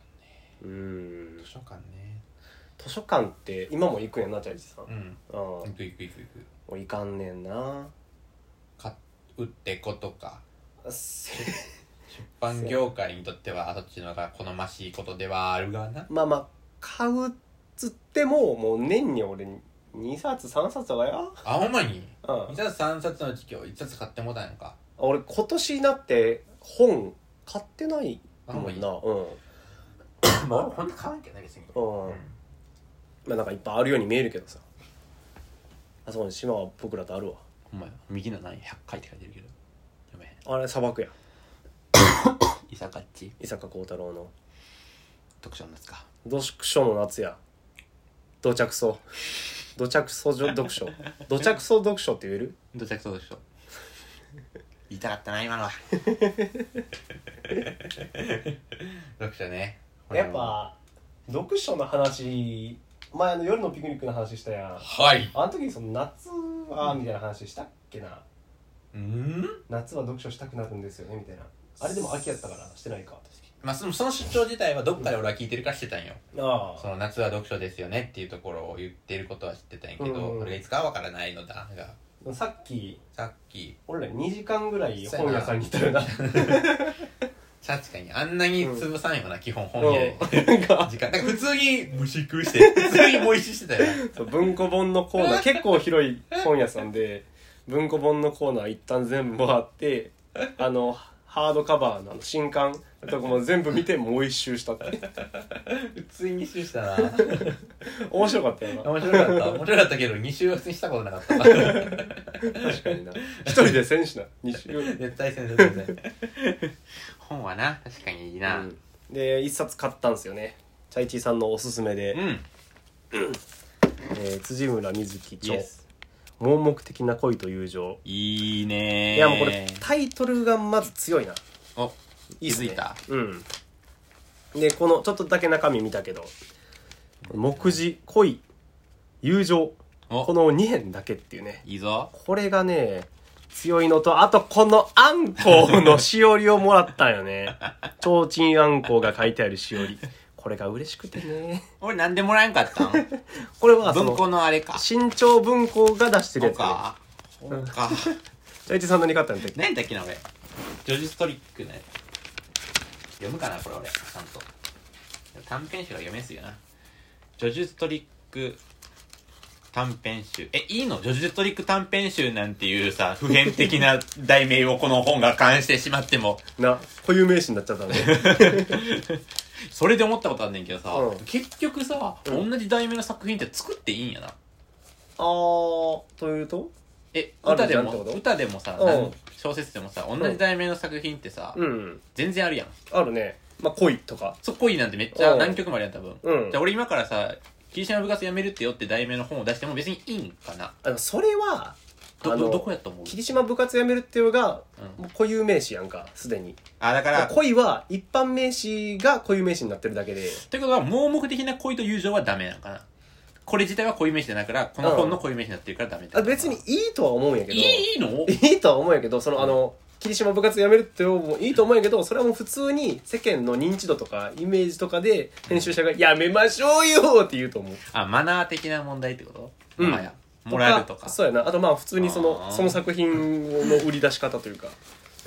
Speaker 1: うん
Speaker 2: 図書館ね
Speaker 1: 図書館って今も行くんやんなチャイジさんあ
Speaker 2: うん
Speaker 1: あも
Speaker 2: 行く行く行く行く
Speaker 1: う行かんねんな
Speaker 2: 買うってことか
Speaker 1: あせ
Speaker 2: 出版業界にとってはそっちの方が好ましいことではあるがな
Speaker 1: まあまあ買うっつってももう年に俺2冊3冊とかよ、
Speaker 2: あほんまに
Speaker 1: うん
Speaker 2: 2、冊3冊のうち今日1冊買ってもうたんやんか
Speaker 1: 俺今年になって本買ってない
Speaker 2: あ
Speaker 1: も
Speaker 2: もうんいい
Speaker 1: なうん
Speaker 2: まあ俺も本当買わんけどね別に
Speaker 1: うんまあなんかいっぱいあるように見えるけどさあそこに島は僕らとあるわ
Speaker 2: ほんまや右の何100回って書いてるけどやめへん
Speaker 1: あれ砂漠や
Speaker 2: 伊坂っち
Speaker 1: 伊坂幸太郎の
Speaker 2: 読書のやつか
Speaker 1: 「読書の夏や」「土着層」「土着層読書」「土着層読書」って言える
Speaker 2: どちらかそうでし *laughs* ょ言いたかったな今のは読者ね
Speaker 1: 読書の話前の夜のピクニックの話したやん
Speaker 2: はい
Speaker 1: あの時その夏はみたいな話したっけな
Speaker 2: うん
Speaker 1: 夏は読書したくなるんですよねみたいなあれでも秋やったからしてないか
Speaker 2: まあそのその出張自体はどっかで俺は聞いてるからしてたんよ
Speaker 1: あ
Speaker 2: その夏は読書ですよねっていうところを言ってることは知ってたんやけ
Speaker 1: うんう
Speaker 2: ど
Speaker 1: ん
Speaker 2: それがいつかはわからないのだが
Speaker 1: あさっき
Speaker 2: さっき
Speaker 1: 俺ら2時間ぐらい
Speaker 2: そう
Speaker 1: 本
Speaker 2: やな
Speaker 1: 屋さんに行ったよな
Speaker 2: 確かにあんなに潰さんよな、基本本屋で
Speaker 1: うんなんか
Speaker 2: 時間なんか普通に虫食うして *laughs* 普通にもいししてたよ
Speaker 1: *laughs* そう文庫本のコーナー結構広い本屋さんで文庫本のコーナー一旦全部あってあのハードカバーのあの新刊のとこも全部見てもう一周したって
Speaker 2: *laughs* 普通に2周した *laughs* な
Speaker 1: 面白かったよな
Speaker 2: 面白かった面白かったけど2周は普通にしたことなかった
Speaker 1: 確かにな一人でせんしな2周
Speaker 2: *laughs* 絶対戦絶対本はな確かにいいなうん、
Speaker 1: で一冊買ったんですよねチャイチーさんのおすすめで、えー辻村瑞希
Speaker 2: イエ
Speaker 1: 著
Speaker 2: ス
Speaker 1: 「盲目的な恋と友情
Speaker 2: いいねー
Speaker 1: いやもうこれタイトルがまず強いな
Speaker 2: お
Speaker 1: い
Speaker 2: 気
Speaker 1: いっす
Speaker 2: づ
Speaker 1: ね
Speaker 2: いた
Speaker 1: うんでこのちょっとだけ中身見たけど目次恋友情
Speaker 2: お
Speaker 1: この2編だけっていうね
Speaker 2: いいぞ
Speaker 1: これがね強いのとあとこのあんこうのしおりをもらったよ
Speaker 2: *laughs*
Speaker 1: ね提灯あんこうが書いてあるしおりこれが嬉しくてね
Speaker 2: 俺なんでもらえんかったん
Speaker 1: これはそ
Speaker 2: 文庫
Speaker 1: の
Speaker 2: のあれか
Speaker 1: 新潮文庫が出してる
Speaker 2: そ
Speaker 1: や
Speaker 2: う
Speaker 1: つ、ね、
Speaker 2: かそうか
Speaker 1: 大地さん何買ったんだっけ
Speaker 2: 何だっけな俺ジョジストリックね読むかなこれ俺ちゃんと短編集は読めんすよなジョジストリック短編集えいいのジョジストリック短編集なんていうさ普遍的な題名をこの本が冠してしまっても
Speaker 1: な固有名詞になっちゃったね
Speaker 2: *laughs* それで思ったことあんねんけどさ、
Speaker 1: うん
Speaker 2: 結局さ、
Speaker 1: うん
Speaker 2: 同じ題名の作品って作っていいんやな
Speaker 1: あーというと
Speaker 2: え
Speaker 1: あ
Speaker 2: 歌
Speaker 1: るじ
Speaker 2: で
Speaker 1: ゃんって
Speaker 2: も
Speaker 1: こと
Speaker 2: 歌でもさ、
Speaker 1: うん
Speaker 2: なん小説でもさ同じ題名の作品ってさ、
Speaker 1: うん
Speaker 2: 全然あるやん
Speaker 1: あるねまあ恋とか
Speaker 2: そこいいなんてめっちゃ
Speaker 1: うん
Speaker 2: 何曲もあるやん多分、
Speaker 1: うん
Speaker 2: じゃあ俺今からさ「霧島の部活やめるってよ」って題名の本を出しても別にいいんかな
Speaker 1: あのそれは
Speaker 2: ど
Speaker 1: あの
Speaker 2: どこやと思う
Speaker 1: 霧島部活やめるっていうのが
Speaker 2: うん
Speaker 1: もう固有名詞やんかすでに
Speaker 2: あだからと
Speaker 1: 恋は一般名詞が固有名詞になってるだけで
Speaker 2: いうことは盲目的な恋と友情はダメなのかなこれ自体は恋名詞じゃないからこの本の恋名詞になってるからダメってこ
Speaker 1: あ
Speaker 2: と
Speaker 1: 別にいいとは思うんやけど
Speaker 2: いいいいの
Speaker 1: いいとは思うんやけどそのあの霧島部活やめるってもいいと思うんやけどそれはもう普通に世間の認知度とかイメージとかで編集者が「やめましょうよ!」って言うと思う
Speaker 2: あマナー的な問題ってこと、
Speaker 1: うん
Speaker 2: もはやもらえるとか
Speaker 1: そうやなあとまあ普通にそ
Speaker 2: あ
Speaker 1: の
Speaker 2: ー
Speaker 1: その作品の売り出し方という
Speaker 2: *laughs*
Speaker 1: か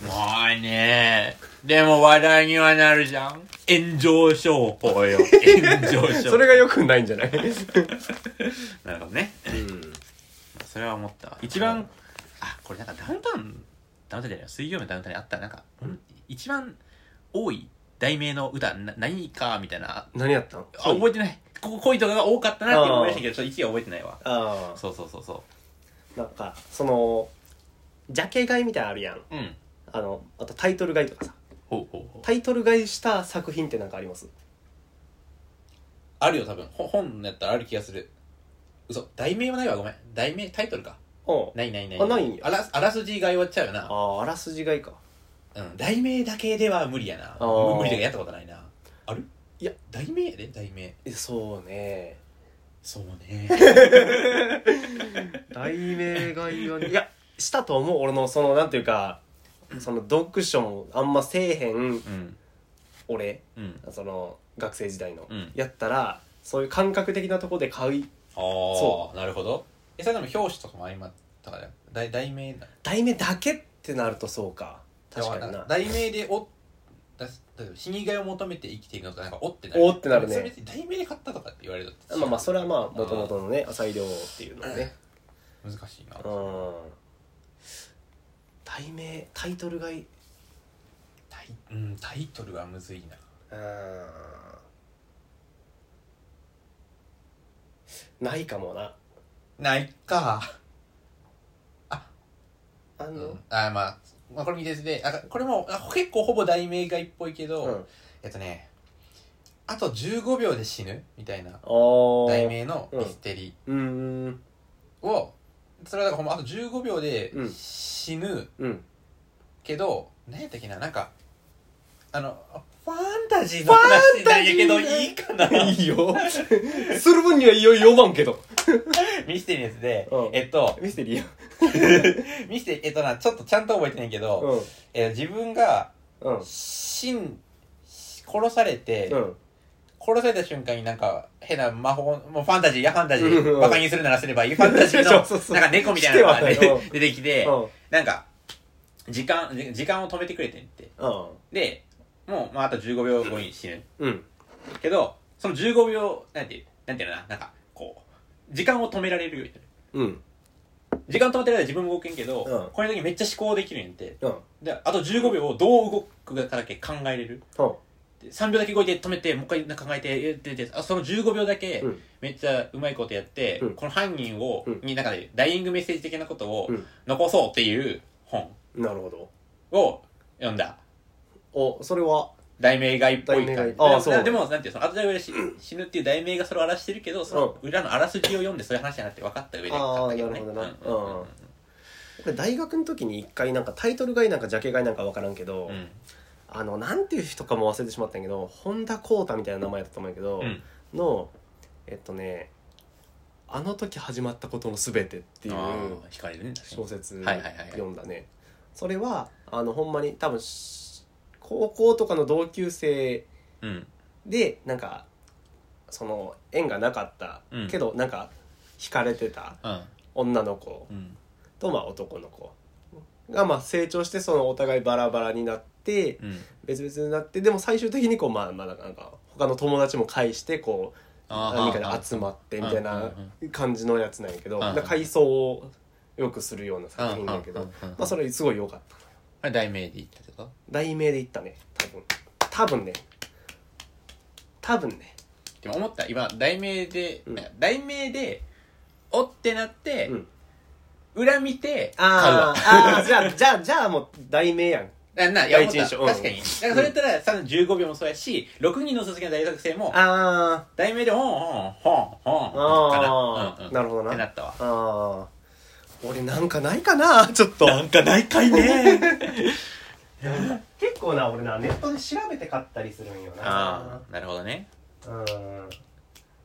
Speaker 2: まあねでも話題にはなるじゃん炎上商法よ炎上 *laughs* 商法
Speaker 1: それがよくないんじゃない
Speaker 2: なるほどね
Speaker 1: うん
Speaker 2: それは思ったわ一番あこれなんかダウンタウンダウンタウンじゃないよ水曜日のダウンタウンにあったなんか、ん一番多い題名の歌な何かみたいなあ
Speaker 1: *laughs* 何やったん
Speaker 2: 覚えてないここ恋とかが多かったなって思いましたけどちょっと1位は覚えてないわ
Speaker 1: あ
Speaker 2: そうそうそうそ
Speaker 1: あなんかそのジャケ買いみたいなのあるやん
Speaker 2: ううん
Speaker 1: あのあとタイトル買いとかさ
Speaker 2: ほうほうほう
Speaker 1: タイトル買いした作品って何かあります
Speaker 2: あるよ多分ほ本のやったらある気がする嘘題名はないわごめん題名タイトルか
Speaker 1: うん
Speaker 2: ないないない
Speaker 1: あないんや
Speaker 2: あらあらすじが終わっちゃうよな
Speaker 1: あああらすじ買いか
Speaker 2: うん、題名だけでは無理やな
Speaker 1: あー
Speaker 2: 無無理でやったことないなあるいや題名やで題名
Speaker 1: えそうね
Speaker 2: そうね
Speaker 1: 題名買いはねいやしたと思う俺のそのなんていうかその読書もあんませえへん
Speaker 2: うん
Speaker 1: 俺
Speaker 2: うん
Speaker 1: その学生時代の、
Speaker 2: うん
Speaker 1: やったらそういう感覚的なとこで買う
Speaker 2: ああなるほどえそれでも表紙とかも相まったから題題名だ
Speaker 1: 題名だけってなるとそうか確かにな
Speaker 2: 題名でおだすだけど死にがいを求めて生きていくのとなんかおってな
Speaker 1: おってなるね
Speaker 2: それ別に題名で買ったとかって言われると
Speaker 1: まあまあそれはまあもともとのね浅井亮っていうのはね
Speaker 2: 難しいな
Speaker 1: うん題名タイトルがいい
Speaker 2: タイうんタイトルはむずいな
Speaker 1: うんないかもな
Speaker 2: ないか
Speaker 1: あ
Speaker 2: う
Speaker 1: の
Speaker 2: ん、あーまあ、まあこれ見てであこれもあ結構ほぼ題名がいっぽいけど、
Speaker 1: うん
Speaker 2: えっとねあと15秒で死ぬみたいな
Speaker 1: お
Speaker 2: 題
Speaker 1: ー
Speaker 2: 名のミステリ
Speaker 1: うーん
Speaker 2: ーを、それはだからほんまあと15秒で
Speaker 1: うん
Speaker 2: 死ぬ
Speaker 1: うん
Speaker 2: けど、何やったっけななんかあのファンタジーの話なんやけど
Speaker 1: ファンタジーね
Speaker 2: いいかな
Speaker 1: いいよする分にはいよいよ呼ばんけど
Speaker 2: *laughs* ミステリーのやつで、
Speaker 1: うん
Speaker 2: えっと
Speaker 1: ミステリーや
Speaker 2: ミステリーえっとなちょっとちゃんと覚えてないけど、
Speaker 1: うん
Speaker 2: えー自分が
Speaker 1: うん
Speaker 2: 死ん殺されて、
Speaker 1: うん
Speaker 2: 殺された瞬間になんか変な魔法もうファンタジーいやファンタジ
Speaker 1: うんう
Speaker 2: ー
Speaker 1: ん
Speaker 2: バカにするならすればいいファンタジ
Speaker 1: *laughs*
Speaker 2: ー
Speaker 1: そうそうそ
Speaker 2: の
Speaker 1: う
Speaker 2: なんか猫みたいなのが
Speaker 1: してはない
Speaker 2: 出出てきて
Speaker 1: うん
Speaker 2: なんか時間じ時間を止めてくれてんって
Speaker 1: うん
Speaker 2: でもう、まあ、あと15秒後に死ぬ
Speaker 1: うん
Speaker 2: けどその15秒なんていうなんていうのかななんかこう時間を止められるようになる
Speaker 1: うん
Speaker 2: 時間止めてる間自分も動けんけど、
Speaker 1: うん
Speaker 2: これだけめっちゃ思考できるんやって
Speaker 1: うん
Speaker 2: であと15秒をどう動くかだけ考えれるで3秒だけ動いて止めてもう一回考えてえーってであその15秒だけ、
Speaker 1: うん
Speaker 2: めっちゃうまいことやって、
Speaker 1: うん
Speaker 2: この犯人を、
Speaker 1: うん
Speaker 2: になんかでダイイングメッセージ的なことを
Speaker 1: うん
Speaker 2: 残そうっていう本
Speaker 1: なるほど
Speaker 2: を読んだ
Speaker 1: おそれは
Speaker 2: 題名外っぽい感じ
Speaker 1: 題名外ああそう
Speaker 2: でもでもなんていうその後で上で死死ぬっていう題名がそれを表してるけどその裏のあらすじを読んでそういう話じゃなくて分かった上で買ったけどね
Speaker 1: ああなるほどな
Speaker 2: うんうんうん
Speaker 1: これ大学の時に一回なんかタイトルがいいなんかジャケ買いなんか分からんけど、
Speaker 2: うん
Speaker 1: あのなんていう人かも忘れてしまったんやけど本田浩太みたいな名前だったと思うんやけど、
Speaker 2: うん
Speaker 1: のえっとね「あの時始まったことのすべて」っていう
Speaker 2: ああ惹かれるね確かに
Speaker 1: 小説
Speaker 2: はいはいはいはい
Speaker 1: 読んだねそれはあのほんまに多分し高校とかの同級生
Speaker 2: うん
Speaker 1: でなんかその縁がなかった、
Speaker 2: うん
Speaker 1: けどなんか惹かれてた
Speaker 2: うん
Speaker 1: 女の子
Speaker 2: うん
Speaker 1: と、まあ、男の子が、まあ、成長してそのお互いバラバラになって、
Speaker 2: うん
Speaker 1: 別々になってでも最終的にこうまあまあなんか他の友達も介してこう
Speaker 2: ああ
Speaker 1: 何か
Speaker 2: はあはあ
Speaker 1: で集まってみたいな
Speaker 2: うんうん
Speaker 1: 感じのやつなんやけど
Speaker 2: うんうん
Speaker 1: だ回想をよくするような作品だけ
Speaker 2: うん
Speaker 1: ど
Speaker 2: うんうんうん
Speaker 1: まあそれすごい良かった
Speaker 2: あれ題名で言ったってこと
Speaker 1: 題名で言ったね多分多分ね多分ね
Speaker 2: でも思った今題名で、
Speaker 1: うん
Speaker 2: なんか題名でおってなって、
Speaker 1: うん
Speaker 2: 裏見て買う
Speaker 1: あ
Speaker 2: わ
Speaker 1: ーあーじゃあじゃあじゃあもう題名やん
Speaker 2: なないや
Speaker 1: 第
Speaker 2: 思っ
Speaker 1: 一
Speaker 2: た
Speaker 1: 印象
Speaker 2: 確かに、
Speaker 1: うん
Speaker 2: だからそれやったらさらに15秒もそうやし6人の卒業の大学生も
Speaker 1: あ
Speaker 2: 題名でほんほんほん
Speaker 1: ー
Speaker 2: ほん
Speaker 1: あ
Speaker 2: かな、うんう
Speaker 1: ー
Speaker 2: ん、
Speaker 1: なるほど
Speaker 2: っ
Speaker 1: な
Speaker 2: てなったわ
Speaker 1: あー俺なんかないかなちょっと
Speaker 2: んかないかいね
Speaker 1: 結構な俺なネットで調べて買ったりするんよ
Speaker 2: *laughs* ああなるほどね
Speaker 1: うん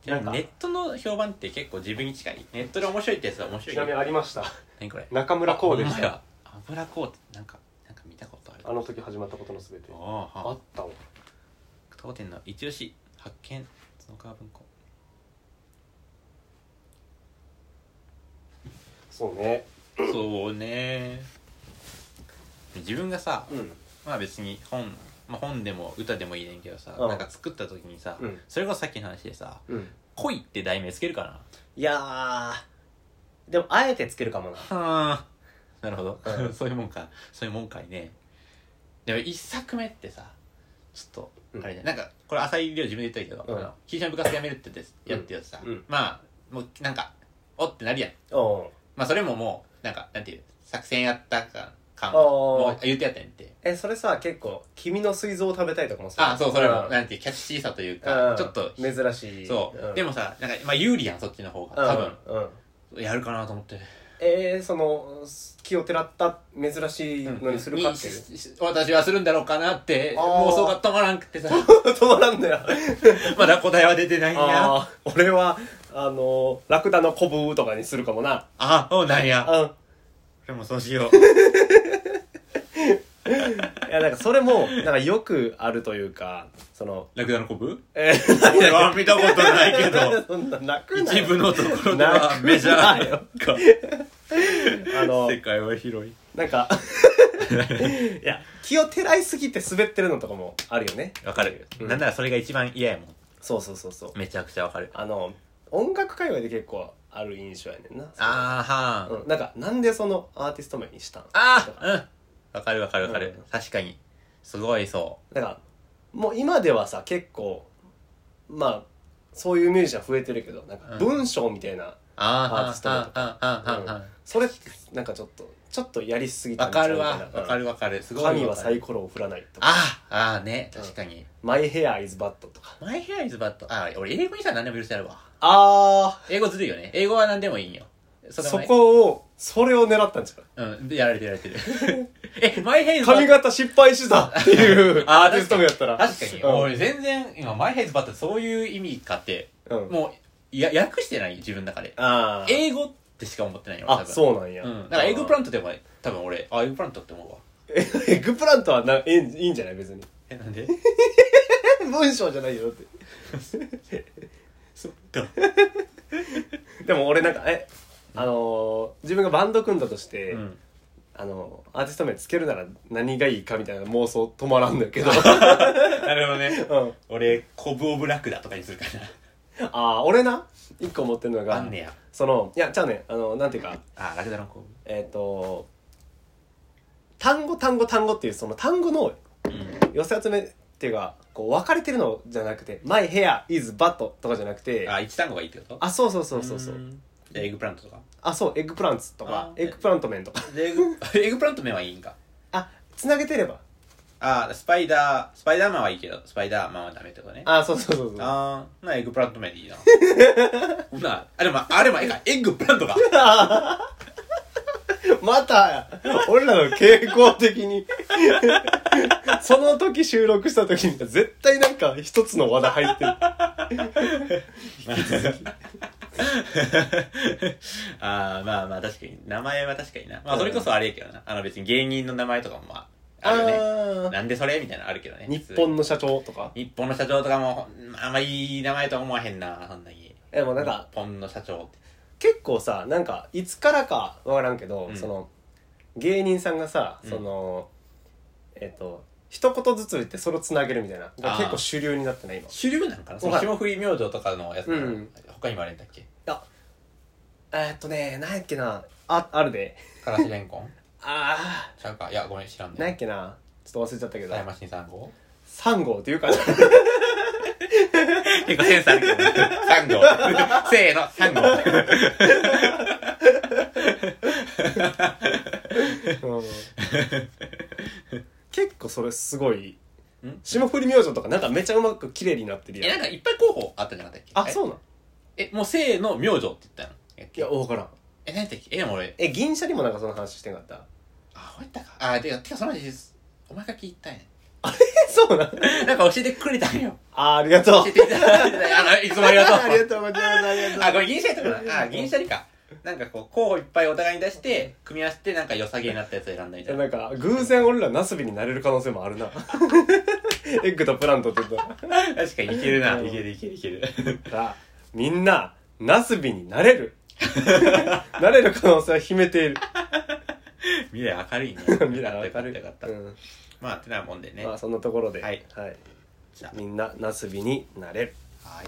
Speaker 2: で
Speaker 1: なんか
Speaker 2: もネットの評判って結構自分に近いネットで面白いってやつは面白い
Speaker 1: ちなみにありました
Speaker 2: 何これ
Speaker 1: 中村浩でし
Speaker 2: お前
Speaker 1: た
Speaker 2: は油こうってなんかなんか見たことある
Speaker 1: あの時始まったことのすべて
Speaker 2: ああ
Speaker 1: あったわ
Speaker 2: 当店の一押し発見角川文庫
Speaker 1: そうね
Speaker 2: そうね自分がさ
Speaker 1: うん
Speaker 2: まあ別に本、まあ、本でも歌でもいいねんけどさ、
Speaker 1: うん
Speaker 2: なんか作った時にさ、
Speaker 1: うん
Speaker 2: それこそさっきの話でさ
Speaker 1: うん
Speaker 2: 「恋」って題名つけるか
Speaker 1: いやーでもあえてつけるかもな
Speaker 2: なはあなるほど、
Speaker 1: うん
Speaker 2: *laughs* そういうもんかそういうもんかいねでも一作目ってさちょっ
Speaker 1: う
Speaker 2: と
Speaker 1: ん
Speaker 2: あれね、なんかこれ浅井亮自分で言ったけど、
Speaker 1: うん
Speaker 2: あの「キーちゃん部活やめる」ってです
Speaker 1: うん
Speaker 2: やってよさ、
Speaker 1: うん
Speaker 2: まあもうなんか「お」ってなるやん
Speaker 1: うん
Speaker 2: まあそれももうなんかなんていう作戦やったか感
Speaker 1: あー
Speaker 2: もう言ってやったやんって
Speaker 1: えそれさ結構君の膵臓を食べたいとかもさ
Speaker 2: あそうそれも
Speaker 1: ん
Speaker 2: なんていうキャッチーさという
Speaker 1: う
Speaker 2: か
Speaker 1: ん
Speaker 2: ちょっと
Speaker 1: 珍しい
Speaker 2: そう、
Speaker 1: ん
Speaker 2: でもさなんか、まあ、有利やんそっちの方が
Speaker 1: うん
Speaker 2: 多
Speaker 1: う
Speaker 2: 分、
Speaker 1: ん
Speaker 2: やるかなと思って
Speaker 1: えーその気をてらった珍しいのにするかっていう
Speaker 2: にしし私はするんだろうかなって
Speaker 1: あー
Speaker 2: 妄想が止まらんくてさ *laughs*
Speaker 1: 止まらんの *laughs* や
Speaker 2: まだ答えは出てないんやあ
Speaker 1: あー俺はあのラクダのコブとかにするかもな
Speaker 2: あそうなんや
Speaker 1: うん
Speaker 2: でもそうしよう
Speaker 1: いやなんかそれもなんかよくあるというかその
Speaker 2: ラクダのコブ
Speaker 1: えー、
Speaker 2: これは見たことないけど
Speaker 1: *laughs* そんな泣くな
Speaker 2: 一
Speaker 1: よ
Speaker 2: 部のところではメジャーか
Speaker 1: あの
Speaker 2: 世界は広い
Speaker 1: なん
Speaker 2: *laughs*
Speaker 1: かいや気をてらいすぎて滑ってるのとかもあるよね
Speaker 2: わかる、
Speaker 1: うん
Speaker 2: なんならそれが一番嫌やもん
Speaker 1: そうそうそうそう
Speaker 2: めちゃくちゃわかる
Speaker 1: あの音楽界隈で結構ある印象やねんな
Speaker 2: あーはー、
Speaker 1: うん、なんかなんでそのアーティスト名にしたん
Speaker 2: ああうんわかるわかるわかる、
Speaker 1: うん
Speaker 2: 確かにすごいそ
Speaker 1: だからもう今ではさ結構まあそういうミュージシャン増えてるけどなんか文章みたいな、
Speaker 2: うあ
Speaker 1: アーティス
Speaker 2: ー
Speaker 1: ト
Speaker 2: は
Speaker 1: だ
Speaker 2: んはんはんはんはんはん
Speaker 1: それなんかちょっとちょっとやりすぎた
Speaker 2: わ
Speaker 1: んちゃ
Speaker 2: か
Speaker 1: う
Speaker 2: る
Speaker 1: な
Speaker 2: わわかるわかるすごい
Speaker 1: 神はサイ
Speaker 2: 最
Speaker 1: コロを振らないとか
Speaker 2: あーあーね確かに、
Speaker 1: マイヘアイズバットとか
Speaker 2: マイヘアイズバットあー俺英語にさ何でも許してやるわ
Speaker 1: あ
Speaker 2: 英語ずるいよね英語は何でもいいんよ
Speaker 1: あ
Speaker 2: で
Speaker 1: そ
Speaker 2: もね
Speaker 1: こをそれを狙ったんじゃ
Speaker 2: うんでやられてるやられてる *laughs* えマイヘアイ
Speaker 1: う
Speaker 2: ズバ
Speaker 1: 髪
Speaker 2: ット
Speaker 1: 型失敗してたっていうアーティスト名やったら
Speaker 2: 確かに、
Speaker 1: うん
Speaker 2: 俺全然今マイヘアイズバットってそういう意味かって
Speaker 1: うん
Speaker 2: もうや訳してない自分の中で
Speaker 1: あー
Speaker 2: 英語ってしか思ってないよ多
Speaker 1: あ
Speaker 2: 分
Speaker 1: そうなんや、
Speaker 2: うん、だからエッグプ
Speaker 1: ン
Speaker 2: ラントでも多分俺あエッグプラントって思うわ
Speaker 1: ト *laughs* エッグプラントはないいんいいんじゃない別に
Speaker 2: えなんで
Speaker 1: 文章じゃないよだって *laughs*
Speaker 2: そっか
Speaker 1: でも俺なんかえあのー自分がバンド組んだとして、
Speaker 2: うん
Speaker 1: あのーアーティスト名つけるなら何がいいかみたいな妄想止まらんだけ
Speaker 2: *laughs*
Speaker 1: ど、
Speaker 2: なるほどね
Speaker 1: うん、
Speaker 2: 俺コブ・オブ・ラクダとかにするか
Speaker 1: ああ俺な一個持ってるの
Speaker 2: なあ
Speaker 1: が
Speaker 2: んねや
Speaker 1: そのいやじゃあねあのなんていうか
Speaker 2: あラクダのコブ
Speaker 1: えっ、と単語単語単語っていうその単語の
Speaker 2: うん
Speaker 1: 寄せ集めっていうかこう分かれてるのじゃなくて「my hair is bad」とかじゃなくて
Speaker 2: あ一単語がいいってこと
Speaker 1: あそうそうそうそうそう
Speaker 2: ーんじゃあエッグプラントとか
Speaker 1: あそうエッグプランツとか
Speaker 2: あー
Speaker 1: エ
Speaker 2: *laughs*
Speaker 1: ッグプラント麺とか
Speaker 2: でエッグエッグプラント麺はいいんか
Speaker 1: あつなげてれば
Speaker 2: あースパイダー、スパイダーマンはいいけど、スパイダーマンはダメってことね。
Speaker 1: あそうそうそうそうあ
Speaker 2: あー、なエッグプラント麺でいい *laughs* な。なあ、でも、あれもええか、エッグプラントか。
Speaker 1: また俺らの傾向的に *laughs* その時収録した時に絶対なんか一つの話題入
Speaker 2: *laughs*
Speaker 1: ってる
Speaker 2: *laughs* ああ、まあまあ確かに、名前は確かにな。まあそれこそあれやけどな。あの別に芸人の名前とかもまあ、あるよね。
Speaker 1: あ
Speaker 2: なんでそれみたいなのあるけどね
Speaker 1: ー。日本の社長とか
Speaker 2: 日本の社長とかも、うんあんまいい名前とは思わへんな、そんなに。
Speaker 1: えもうなんか
Speaker 2: 日本の社長って。
Speaker 1: 結構さなんかいつからかわからんけど、
Speaker 2: うん
Speaker 1: その芸人さんがさその、えっ、と一言ずつ言ってそれをつなげるみたいな
Speaker 2: あー
Speaker 1: 結構主流になってない今
Speaker 2: 主流なんかなそ
Speaker 1: わ
Speaker 2: の
Speaker 1: かる
Speaker 2: 霜降り明星とかのやつなの、
Speaker 1: うん
Speaker 2: 他にもあれんだっけ
Speaker 1: えーっとねなんやっけなああるで
Speaker 2: からしれんこん
Speaker 1: あ
Speaker 2: ちゃうか。いや、ごめん、知らん
Speaker 1: あなんや
Speaker 2: ね。
Speaker 1: っけなちょっと忘れちゃったけど
Speaker 2: 大麻新さん号
Speaker 1: 3号っていうかな
Speaker 2: 結構センスあるけどね。三号。 *laughs* せーの、
Speaker 1: *laughs*
Speaker 2: 三号。
Speaker 1: *laughs* うん *laughs* 結構それすごい
Speaker 2: ん
Speaker 1: 霜降り明星とかなんかめちゃうまく綺麗になってる
Speaker 2: え、
Speaker 1: や
Speaker 2: なん
Speaker 1: ん
Speaker 2: かいっぱい候補あったじゃなかったっけ
Speaker 1: あそううなん
Speaker 2: え、もうせーの、明星って言ったのやっ
Speaker 1: い
Speaker 2: け
Speaker 1: や分からん
Speaker 2: え、何やったっけえ、でも俺、
Speaker 1: え銀シャリもなんかその話してんかった *laughs*
Speaker 2: あ、終わったか。あ、てか、てか、その話、お前が聞いたんや
Speaker 1: えそうなん
Speaker 2: なんか教えてくれたんよ。
Speaker 1: あーありがとう
Speaker 2: *laughs* 教えていただいて、あの、いつ *laughs* もありがとう。
Speaker 1: ありがとうございます。ありがとう。
Speaker 2: あ、これ銀シャリとかな。あ、銀シャリか。なんかこう、候補いっぱいお互いに出して、組み合わせて、なんか良さげになったやつを選んだみたいな。
Speaker 1: なんか、偶然俺らナスビになれる可能性もあ *laughs* るな。エッグとプラントって言っ
Speaker 2: 確かにいけるな。
Speaker 1: うん
Speaker 2: いけるいけるい *laughs* ける。
Speaker 1: たら、みんな、ナスビになれ *laughs* る。なれる可能性は秘めてい *laughs* る。
Speaker 2: *laughs* 未来明るいね。
Speaker 1: 未来明るい。
Speaker 2: よか
Speaker 1: う
Speaker 2: った。よかった
Speaker 1: ん
Speaker 2: まあ、てなもんでね。
Speaker 1: まあ、
Speaker 2: は
Speaker 1: そんなところで。
Speaker 2: はい
Speaker 1: はい。
Speaker 2: じゃあ
Speaker 1: みんな、ナスビになれる。
Speaker 2: い。